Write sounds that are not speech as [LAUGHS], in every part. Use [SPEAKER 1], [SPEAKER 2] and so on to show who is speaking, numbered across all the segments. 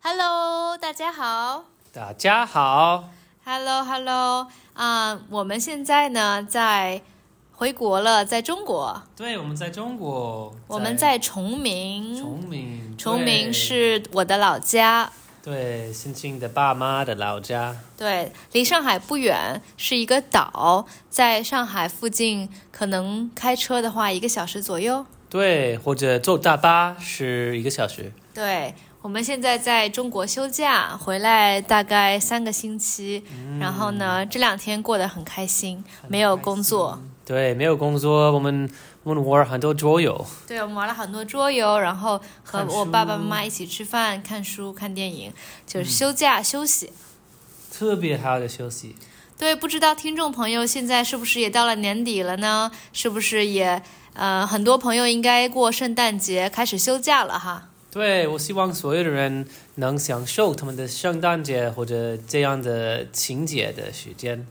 [SPEAKER 1] Hello，大家好。
[SPEAKER 2] 大家好，
[SPEAKER 1] Hello，Hello，啊、我们现在呢在回国了，在中国，
[SPEAKER 2] 对，我们在中国，
[SPEAKER 1] 我们在崇明。
[SPEAKER 2] 崇明，
[SPEAKER 1] 崇
[SPEAKER 2] 对
[SPEAKER 1] 明是我的老家，
[SPEAKER 2] 对星星的爸妈的老家，
[SPEAKER 1] 对，离上海不远，是一个岛，在上海附近，可能开车的话一个小时左右。
[SPEAKER 2] 对，或者坐大巴是一个小时，
[SPEAKER 1] 对，我们现在在中国休假，回来大概三个星期，然后呢，这两天过得很开心，没有工作。
[SPEAKER 2] 对，没有工作，我们我们玩很多桌游，
[SPEAKER 1] 对，我们玩了很多桌游，然后和
[SPEAKER 2] 看
[SPEAKER 1] 我
[SPEAKER 2] 书
[SPEAKER 1] 爸爸妈妈一起吃饭、看书、看电影，就是
[SPEAKER 2] 嗯
[SPEAKER 1] 休假、休息。
[SPEAKER 2] 特别好的休息，
[SPEAKER 1] 对，不知道听众朋友现在是不是也到了年底了呢？是不是也呃，很多朋友应该过圣诞节开始休假了哈？
[SPEAKER 2] 对我希望所有的人能享受他们的圣诞节或者这样的情节的时间，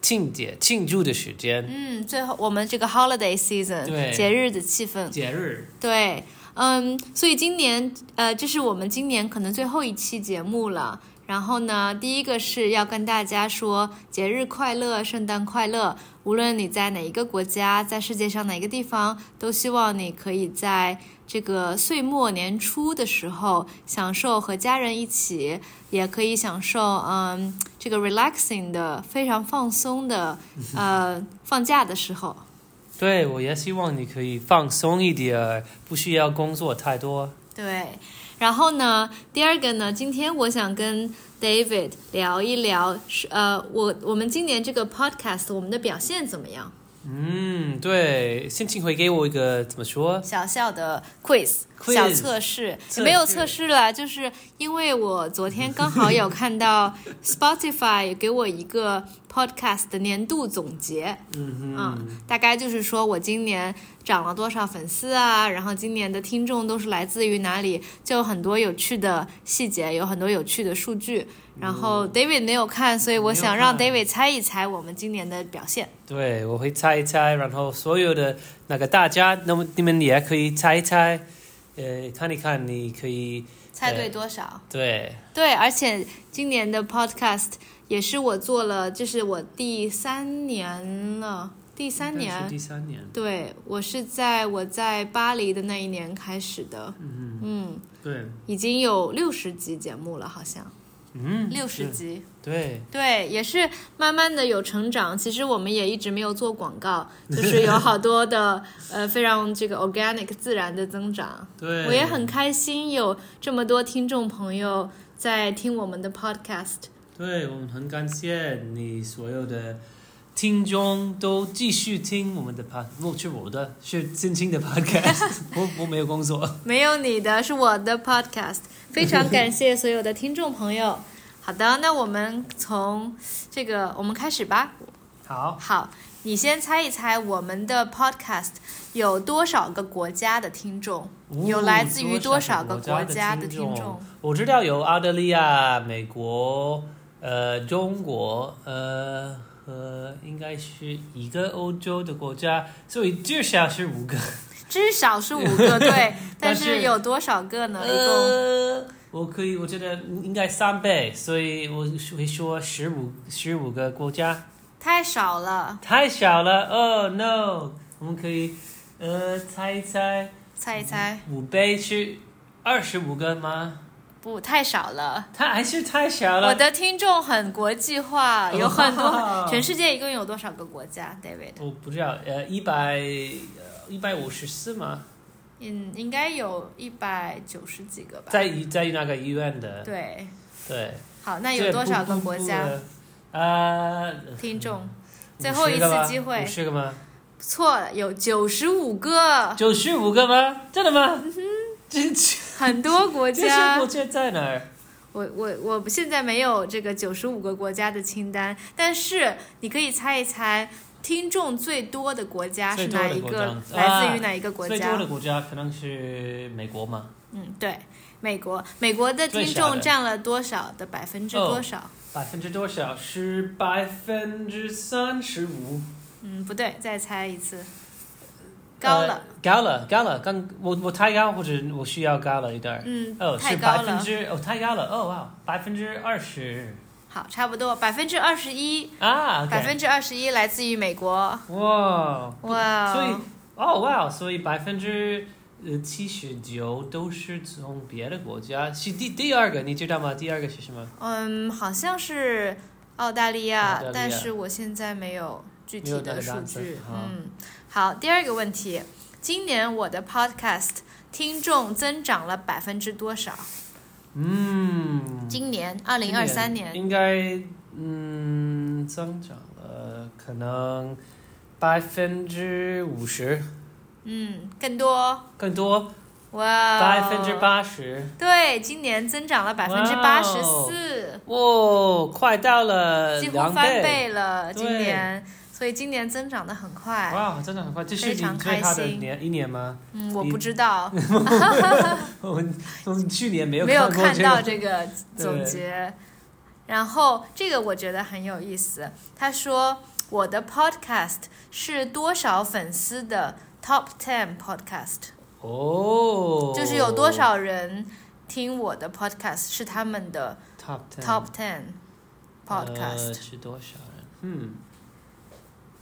[SPEAKER 2] 庆节庆祝的时间，
[SPEAKER 1] 嗯，最后我们这个 holiday season
[SPEAKER 2] 对
[SPEAKER 1] 节日的气氛，
[SPEAKER 2] 节日，
[SPEAKER 1] 对，嗯，所以今年呃，这是我们今年可能最后一期节目了。然后呢，第一个是要跟大家说节日快乐，圣诞快乐。无论你在哪一个国家，在世界上哪个地方，都希望你可以在这个岁末年初的时候，享受和家人一起，也可以享受嗯这个 relaxing 的非常放松的呃放假的时候。
[SPEAKER 2] 对我也希望你可以放松一点，不需要工作太多。
[SPEAKER 1] 对，然后呢，第二个呢，今天我想跟 David 聊一聊，是呃，我我们今年这个 podcast 我们的表现怎么样？
[SPEAKER 2] 嗯，对，心情会给我一个怎么说？
[SPEAKER 1] 小小的 quiz,
[SPEAKER 2] Quiz
[SPEAKER 1] 小测试，
[SPEAKER 2] 测试
[SPEAKER 1] 没有测试了，就是因为我昨天刚好有看
[SPEAKER 2] [LAUGHS]
[SPEAKER 1] 到 Spotify 给我一个 podcast 的年度总结，
[SPEAKER 2] 嗯
[SPEAKER 1] 嗯，大概就是说我今年涨了多少粉丝啊，然后今年的听众都是来自于哪里，就有很多有趣的细节，有很多有趣的数据。然后 David 没有看，所以我想让
[SPEAKER 2] 嗯没有
[SPEAKER 1] David 猜一猜我们今年的表现。
[SPEAKER 2] 对，我会猜一猜，然后所有的那个大家，那么你们也可以猜一猜，呃，看一看，你可以
[SPEAKER 1] 猜对多少？
[SPEAKER 2] 对，
[SPEAKER 1] 对，而且今年的 podcast 也是我做了，这是我第三年了，第三
[SPEAKER 2] 应该
[SPEAKER 1] 年
[SPEAKER 2] 是。第三年，
[SPEAKER 1] 对，我是在我在巴黎的那一年开始的，
[SPEAKER 2] 嗯，
[SPEAKER 1] 嗯，
[SPEAKER 2] 对，
[SPEAKER 1] 已经有六十集节目了，好像
[SPEAKER 2] 嗯，
[SPEAKER 1] 六十
[SPEAKER 2] 是，
[SPEAKER 1] 集。
[SPEAKER 2] 对，
[SPEAKER 1] 对，也是慢慢的有成长。其实我们也一直没有做广
[SPEAKER 2] [LAUGHS]
[SPEAKER 1] 告，就是有好多的呃非常这个 organic 自然的增长。
[SPEAKER 2] 对，
[SPEAKER 1] 我也很开心有这么多听众朋友在听我们的 podcast。
[SPEAKER 2] 对，我们很感谢你所有的听众都继续听我们的 pod，不是我的，是星星的 podcast，我我没有工作，
[SPEAKER 1] 没有你的是我的 podcast，非常感谢所有的听众朋 [LAUGHS] 友。好的，那我们从这个我们开始吧。
[SPEAKER 2] 好，
[SPEAKER 1] 好，你先猜一猜我们的 podcast 有多少个国家的听众？有来自于多少个国家的听众？
[SPEAKER 2] 我知道有澳大利亚、美国、呃中国、呃和应该是一个欧洲的国家，所以至少是五个。
[SPEAKER 1] 至少是五个，对。 [LAUGHS] 但
[SPEAKER 2] 但
[SPEAKER 1] 是
[SPEAKER 2] 是
[SPEAKER 1] 有多少个呢？一共
[SPEAKER 2] 呃，我可以，我觉得应该三倍，所以我会说十五十五个国家，
[SPEAKER 1] 太少了，
[SPEAKER 2] 太少了。哦 no，我们可以呃猜一猜，
[SPEAKER 1] 猜一猜。
[SPEAKER 2] 五倍是二十五个吗？
[SPEAKER 1] 不，太少了。
[SPEAKER 2] 它还是太少了
[SPEAKER 1] 我。的听众很国际化，有很多 [LAUGHS]
[SPEAKER 2] 哇，
[SPEAKER 1] 全世界一共有多少个国家？David，
[SPEAKER 2] 我不知道，呃，一百呃一百五十四吗？
[SPEAKER 1] 嗯，应该有一百九十几个吧。
[SPEAKER 2] 在在那个医院的，
[SPEAKER 1] 对，
[SPEAKER 2] 对。
[SPEAKER 1] 好，那有多少个国
[SPEAKER 2] 这
[SPEAKER 1] 家
[SPEAKER 2] 不？不不呃，
[SPEAKER 1] 听众？最后一次机会
[SPEAKER 2] 五十个吗？
[SPEAKER 1] 错了，有九十五
[SPEAKER 2] [LAUGHS]
[SPEAKER 1] 个，
[SPEAKER 2] 九十五个吗？真的吗？这
[SPEAKER 1] 很多国
[SPEAKER 2] 这些
[SPEAKER 1] 家
[SPEAKER 2] 国。家在哪儿？
[SPEAKER 1] 我我我现在没有这个九十五个国家的清单，但是你可以猜一猜，听众最多的国家是
[SPEAKER 2] 最多
[SPEAKER 1] 哪
[SPEAKER 2] 的
[SPEAKER 1] 一
[SPEAKER 2] 国
[SPEAKER 1] 个？
[SPEAKER 2] 家
[SPEAKER 1] 来
[SPEAKER 2] 啊
[SPEAKER 1] 自于哪一个国
[SPEAKER 2] 最
[SPEAKER 1] 家？
[SPEAKER 2] 多的国家可能是美国嘛？
[SPEAKER 1] 嗯，对，美国，美国的
[SPEAKER 2] 最
[SPEAKER 1] 听
[SPEAKER 2] 少
[SPEAKER 1] 众
[SPEAKER 2] 的
[SPEAKER 1] 占了多少的百分之
[SPEAKER 2] 哦
[SPEAKER 1] 多少？
[SPEAKER 2] 百分之多少？是百分之三十五。
[SPEAKER 1] 嗯，不对，再猜一次。高了，
[SPEAKER 2] 呃高了，高了，刚我我太高，或者我需要高了一点儿。
[SPEAKER 1] 嗯，
[SPEAKER 2] 哦，
[SPEAKER 1] 太
[SPEAKER 2] 是
[SPEAKER 1] 高
[SPEAKER 2] 百分
[SPEAKER 1] 了，
[SPEAKER 2] 之哦，太高了，哦哇，百分之二十
[SPEAKER 1] 好，差不多百分之二十一，
[SPEAKER 2] 啊，OK，
[SPEAKER 1] 百分之二十一来自于美国，
[SPEAKER 2] 哇，
[SPEAKER 1] 哇、
[SPEAKER 2] 所以哦哇，所以百分之呃七十九都是从别的国家，是第第二个，你知道吗？第二个是什么？
[SPEAKER 1] 嗯，好像是澳大利亚，
[SPEAKER 2] 澳大利亚
[SPEAKER 1] 但是我现在没有具体的数
[SPEAKER 2] 没有
[SPEAKER 1] 据
[SPEAKER 2] 那个。单
[SPEAKER 1] 嗯，好，第二个问题，今年我的 podcast 听众增长了百分之多少？
[SPEAKER 2] 嗯，
[SPEAKER 1] 今年二零二三年，
[SPEAKER 2] 应该嗯增长了，可能百分之五十
[SPEAKER 1] 嗯，更多，
[SPEAKER 2] 更多，
[SPEAKER 1] 哇，哦
[SPEAKER 2] 百分之，八哦十。
[SPEAKER 1] 对，今年增长了百分之八十四，
[SPEAKER 2] 哇，快到了
[SPEAKER 1] 几乎
[SPEAKER 2] 呃两
[SPEAKER 1] 翻
[SPEAKER 2] 倍！
[SPEAKER 1] 倍了，
[SPEAKER 2] 对
[SPEAKER 1] 今年，所以今年增长的很快。
[SPEAKER 2] 哇，真的很快，这是
[SPEAKER 1] 非常
[SPEAKER 2] 你最好的
[SPEAKER 1] 开心
[SPEAKER 2] 年一年吗？
[SPEAKER 1] 嗯，我
[SPEAKER 2] 你
[SPEAKER 1] 不知
[SPEAKER 2] [LAUGHS]
[SPEAKER 1] 道，
[SPEAKER 2] 我们从去年没有
[SPEAKER 1] 没有
[SPEAKER 2] 过
[SPEAKER 1] 看
[SPEAKER 2] 这
[SPEAKER 1] 到
[SPEAKER 2] 个。
[SPEAKER 1] 这
[SPEAKER 2] [LAUGHS]
[SPEAKER 1] 个总结。然后这个我觉得很有意思，他说我的 podcast 是多少粉丝的 top ten podcast，、
[SPEAKER 2] 哦，
[SPEAKER 1] 就是有多少人听我的 podcast 是他们的
[SPEAKER 2] top ten
[SPEAKER 1] top ten
[SPEAKER 2] 呃、
[SPEAKER 1] podcast。
[SPEAKER 2] 是多少人？嗯，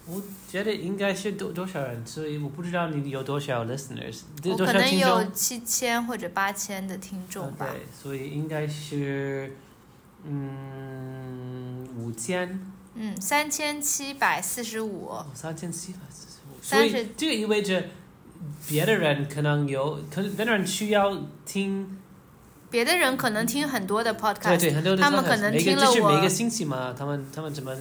[SPEAKER 2] 我觉得应该是多多少人，所以我不知道你有多少 listeners，
[SPEAKER 1] 我
[SPEAKER 2] 多
[SPEAKER 1] 可
[SPEAKER 2] 少
[SPEAKER 1] 能
[SPEAKER 2] 听众啊
[SPEAKER 1] 有七千或者八千的听众吧。
[SPEAKER 2] 对，所以应该是嗯五千哦
[SPEAKER 1] 嗯，三千七百四十五。
[SPEAKER 2] 三千七百四十五，所
[SPEAKER 1] 哦三十
[SPEAKER 2] 以这个意味着别的人可能有，可能别的人需要听，
[SPEAKER 1] 别的人可能听很多的 podcast，
[SPEAKER 2] 对对，很多的
[SPEAKER 1] 他们
[SPEAKER 2] podcast，
[SPEAKER 1] 可能
[SPEAKER 2] 每个
[SPEAKER 1] 听了
[SPEAKER 2] 就是每
[SPEAKER 1] 我
[SPEAKER 2] 个星期嘛，他们他们怎么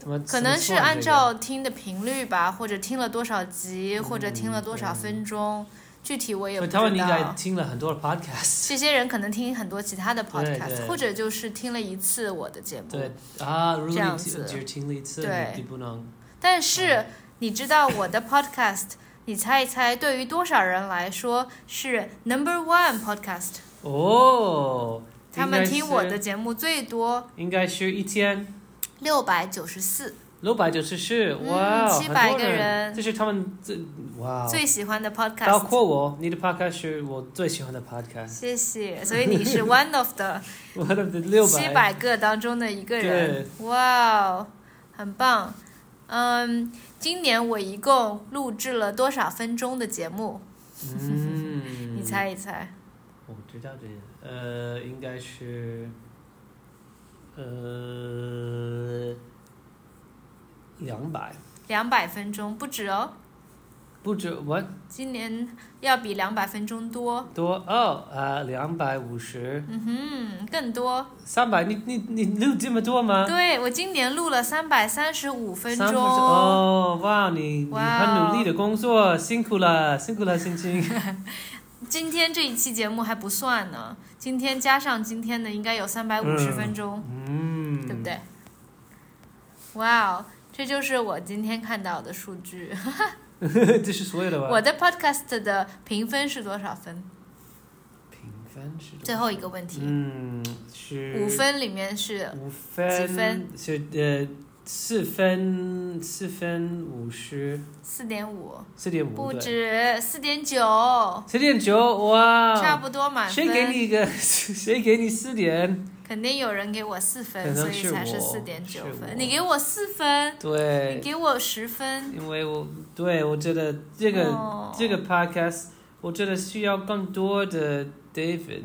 [SPEAKER 2] 他们
[SPEAKER 1] 可
[SPEAKER 2] 怎么
[SPEAKER 1] 能是
[SPEAKER 2] 算
[SPEAKER 1] 按
[SPEAKER 2] 这个
[SPEAKER 1] 照听的频率吧，或者听了多少集，或者听了多少
[SPEAKER 2] 嗯
[SPEAKER 1] 分钟，具体我也不
[SPEAKER 2] 所以
[SPEAKER 1] 知
[SPEAKER 2] 他们应该
[SPEAKER 1] 道。
[SPEAKER 2] 听了很多
[SPEAKER 1] [LAUGHS]
[SPEAKER 2] 的 podcast。
[SPEAKER 1] 这些人可能听很多其他的
[SPEAKER 2] 对
[SPEAKER 1] podcast，
[SPEAKER 2] 对
[SPEAKER 1] 或者就是听了一次我的节目。
[SPEAKER 2] 对啊，如果
[SPEAKER 1] 这样
[SPEAKER 2] 你
[SPEAKER 1] 子
[SPEAKER 2] 只只听了一次，
[SPEAKER 1] 对
[SPEAKER 2] 你你不能
[SPEAKER 1] 但
[SPEAKER 2] 嗯
[SPEAKER 1] 是你知道我的 podcast，你猜一猜，对于多少人来说是 number one podcast？
[SPEAKER 2] 哦。
[SPEAKER 1] 他们听我的节目最多
[SPEAKER 2] 应该是一千
[SPEAKER 1] 六百九十四，
[SPEAKER 2] 六百九十四，
[SPEAKER 1] 嗯
[SPEAKER 2] 哇，
[SPEAKER 1] 700
[SPEAKER 2] 很多
[SPEAKER 1] 个
[SPEAKER 2] 人，
[SPEAKER 1] 人
[SPEAKER 2] 这是他们最哇，
[SPEAKER 1] 最喜欢的
[SPEAKER 2] 包
[SPEAKER 1] podcast。
[SPEAKER 2] 括我，你的 podcast 是我最喜欢的 podcast， [LAUGHS]
[SPEAKER 1] 谢谢，所以你是 one of the
[SPEAKER 2] 我的六
[SPEAKER 1] 七
[SPEAKER 2] 百
[SPEAKER 1] 百个当中的一个人，哇哦，很棒。嗯，今年我一共录制了多少分钟的节目？
[SPEAKER 2] 嗯，
[SPEAKER 1] [LAUGHS] 你猜一猜，
[SPEAKER 2] 我知道这个，呃，应该是，呃，两百，
[SPEAKER 1] 两百分钟不止哦，
[SPEAKER 2] 不止我
[SPEAKER 1] 今年要比两百分钟多，
[SPEAKER 2] 多哦啊，两百五十，
[SPEAKER 1] 嗯哼，更多。
[SPEAKER 2] 三百，你你你录这么多吗？
[SPEAKER 1] 对我今年录了三百三十五分
[SPEAKER 2] 啊三
[SPEAKER 1] 钟，
[SPEAKER 2] 分钟哦，哇，你你
[SPEAKER 1] 哇哦
[SPEAKER 2] 很努力的工作，辛苦了，辛苦了，星星。
[SPEAKER 1] [LAUGHS] 今天这一期节目还不算呢，今天加上今天的应该有三百五十
[SPEAKER 2] 嗯
[SPEAKER 1] 分钟。
[SPEAKER 2] 嗯，
[SPEAKER 1] 对不？对？哇哦，这就是我今天看到的数据。
[SPEAKER 2] [LAUGHS] 这是所有的吧？
[SPEAKER 1] 我的 podcast 的评分是多少分？
[SPEAKER 2] 评分是多少
[SPEAKER 1] 最后一个问题，
[SPEAKER 2] 嗯是
[SPEAKER 1] 五，分里面是
[SPEAKER 2] 五分
[SPEAKER 1] 几分
[SPEAKER 2] 是呃四分四分五十
[SPEAKER 1] 四点五，
[SPEAKER 2] 四点五
[SPEAKER 1] 不
[SPEAKER 2] 嗯对
[SPEAKER 1] 止四点九，
[SPEAKER 2] 四点九哇，
[SPEAKER 1] 差不多满
[SPEAKER 2] 谁给
[SPEAKER 1] 分。
[SPEAKER 2] 你一个 [LAUGHS] 谁给你四点？
[SPEAKER 1] 肯定有人给我四分，
[SPEAKER 2] 可能
[SPEAKER 1] 所以
[SPEAKER 2] 是
[SPEAKER 1] 才是
[SPEAKER 2] 我
[SPEAKER 1] 四点九
[SPEAKER 2] 是我
[SPEAKER 1] 分。你给我四分，你
[SPEAKER 2] 对，
[SPEAKER 1] 给我十分，
[SPEAKER 2] 因为我对我觉得这个、
[SPEAKER 1] 哦
[SPEAKER 2] 这个 podcast 我觉得需要更多的 David。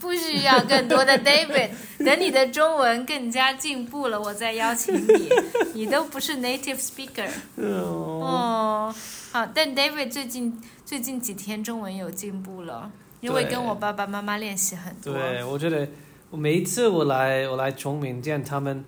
[SPEAKER 1] 不需要更多的
[SPEAKER 2] [LAUGHS]
[SPEAKER 1] David。等你的中文更加进步了，我再邀请
[SPEAKER 2] [LAUGHS]
[SPEAKER 1] 你。你都不是 native speaker。
[SPEAKER 2] 哦，
[SPEAKER 1] 哦，好，但 David 最近最近几天中文有进步了，因为
[SPEAKER 2] 对
[SPEAKER 1] 跟我爸爸妈妈练习很多。
[SPEAKER 2] 对，我觉得我每一次我来我来崇明见他们。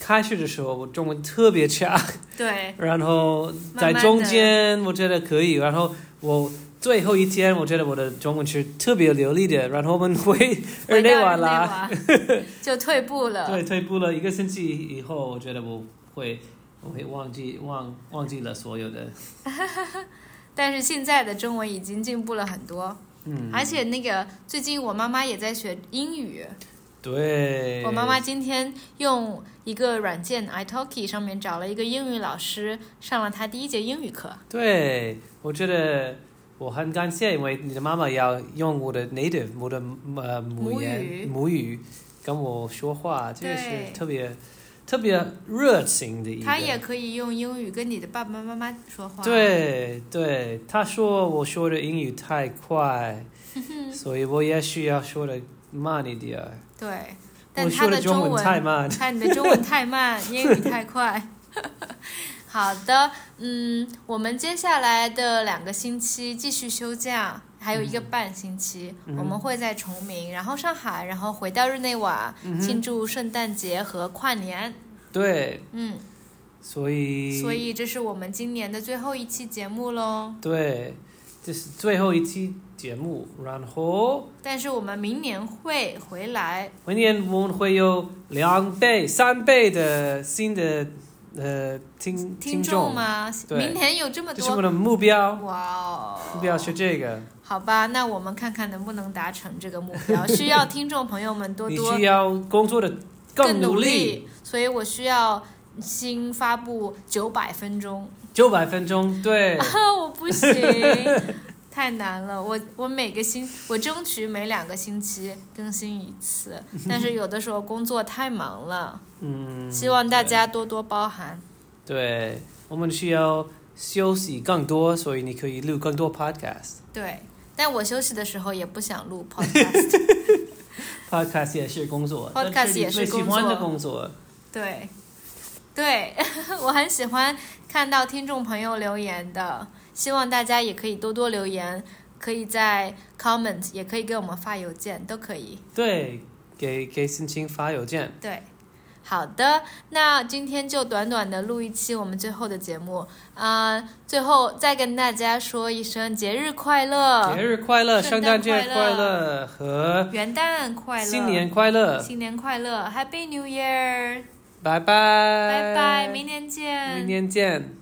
[SPEAKER 2] 开始的时候我中文特别差， [LAUGHS]
[SPEAKER 1] 对
[SPEAKER 2] 然后
[SPEAKER 1] 慢
[SPEAKER 2] 在
[SPEAKER 1] 慢地
[SPEAKER 2] 中间我觉得可以，然后我最后一天我觉得我的中文是特别流利的，然后我们回日
[SPEAKER 1] 回
[SPEAKER 2] 内
[SPEAKER 1] 到
[SPEAKER 2] 瓦
[SPEAKER 1] 日内瓦
[SPEAKER 2] 啦，[LAUGHS]
[SPEAKER 1] 就退步了。
[SPEAKER 2] 对，退步了一个星期以后，我觉得我会我会忘记忘忘记了所有的，
[SPEAKER 1] 但是现在的中文已经进步了很多，
[SPEAKER 2] 嗯，
[SPEAKER 1] 而且那个最近我妈妈也在学英语，
[SPEAKER 2] 对，
[SPEAKER 1] 我妈妈今天用一个软件 iTalki 上面找了一个英语老师，上了她第一节英语课。
[SPEAKER 2] 对，我觉得我很感谢，因为你的妈妈要用我的 native 我的呃母言母语跟我说话，这个
[SPEAKER 1] 对
[SPEAKER 2] 是特别特别热情的一个。
[SPEAKER 1] 她也可以用英语跟你的爸爸妈妈说话。，
[SPEAKER 2] 对对，他说我说的英语太
[SPEAKER 1] [LAUGHS]
[SPEAKER 2] 快，所以我也需要说的慢一点。
[SPEAKER 1] 对，但
[SPEAKER 2] 我
[SPEAKER 1] 她
[SPEAKER 2] 说
[SPEAKER 1] 的
[SPEAKER 2] 中
[SPEAKER 1] 文
[SPEAKER 2] 太慢。
[SPEAKER 1] 看你的中文太慢，英语太快。 [LAUGHS] 好的，嗯，我们接下来的两个星期继续休假，还有一个半星期，
[SPEAKER 2] 嗯
[SPEAKER 1] 我们会在崇明，然后上海，然后回到日内瓦、
[SPEAKER 2] 嗯
[SPEAKER 1] 庆祝圣诞节和跨年。
[SPEAKER 2] 对，
[SPEAKER 1] 嗯，
[SPEAKER 2] 所以
[SPEAKER 1] 所以这是我们今年的最后一期节目喽。
[SPEAKER 2] 对，这是最后一期节目，然后。
[SPEAKER 1] 但是我们明年会回来，
[SPEAKER 2] 明年我们会有两倍、三倍的新的呃听
[SPEAKER 1] 听
[SPEAKER 2] 众
[SPEAKER 1] 众？吗？
[SPEAKER 2] 对
[SPEAKER 1] 明年有这么
[SPEAKER 2] 这是我
[SPEAKER 1] 多，
[SPEAKER 2] 们的目标，
[SPEAKER 1] 哇哦！
[SPEAKER 2] 目标是这个。
[SPEAKER 1] 好吧，那我们看看能不能达成这个目
[SPEAKER 2] [LAUGHS]
[SPEAKER 1] 标，需要听众朋友们多
[SPEAKER 2] 你
[SPEAKER 1] 多
[SPEAKER 2] 需要工作的更
[SPEAKER 1] 努
[SPEAKER 2] 力，，
[SPEAKER 1] 所以我需要新发布九百分钟，
[SPEAKER 2] 九百分钟，对
[SPEAKER 1] 啊， [LAUGHS] 我不行，太难了，我我每个星我争取每两个星期更新一
[SPEAKER 2] [LAUGHS]
[SPEAKER 1] 次，但是有的时候工作太忙了，
[SPEAKER 2] 嗯，
[SPEAKER 1] 希望大家多多包涵。
[SPEAKER 2] 对，我们需要休息更多，所以你可以录更多 podcast。
[SPEAKER 1] 对，但我休息的时候也不想录
[SPEAKER 2] [LAUGHS]
[SPEAKER 1] podcast，
[SPEAKER 2] podcast 也是工作
[SPEAKER 1] Podcast
[SPEAKER 2] 但是你
[SPEAKER 1] 也是
[SPEAKER 2] 最喜
[SPEAKER 1] 工
[SPEAKER 2] 欢的
[SPEAKER 1] 作
[SPEAKER 2] 工作，
[SPEAKER 1] 对，对 [LAUGHS] 我很喜欢看到听众朋友留言的，希望大家也可以多多留言，可以在 comment，也可以给我们发邮件，都可以。
[SPEAKER 2] 对，给给心情发邮件，
[SPEAKER 1] 对，好的，那今天就短短的录一期我们最后的节目，啊、最后再跟大家说一声节日快
[SPEAKER 2] 节
[SPEAKER 1] 乐，
[SPEAKER 2] 日快乐，
[SPEAKER 1] 圣
[SPEAKER 2] 圣
[SPEAKER 1] 诞
[SPEAKER 2] 诞节
[SPEAKER 1] 快
[SPEAKER 2] 快
[SPEAKER 1] 乐
[SPEAKER 2] 乐和
[SPEAKER 1] 元旦快乐，
[SPEAKER 2] 新年快乐，
[SPEAKER 1] 新年快乐，Happy New Year，
[SPEAKER 2] 拜拜，
[SPEAKER 1] 拜
[SPEAKER 2] 拜
[SPEAKER 1] 拜，明年见，
[SPEAKER 2] 明年见。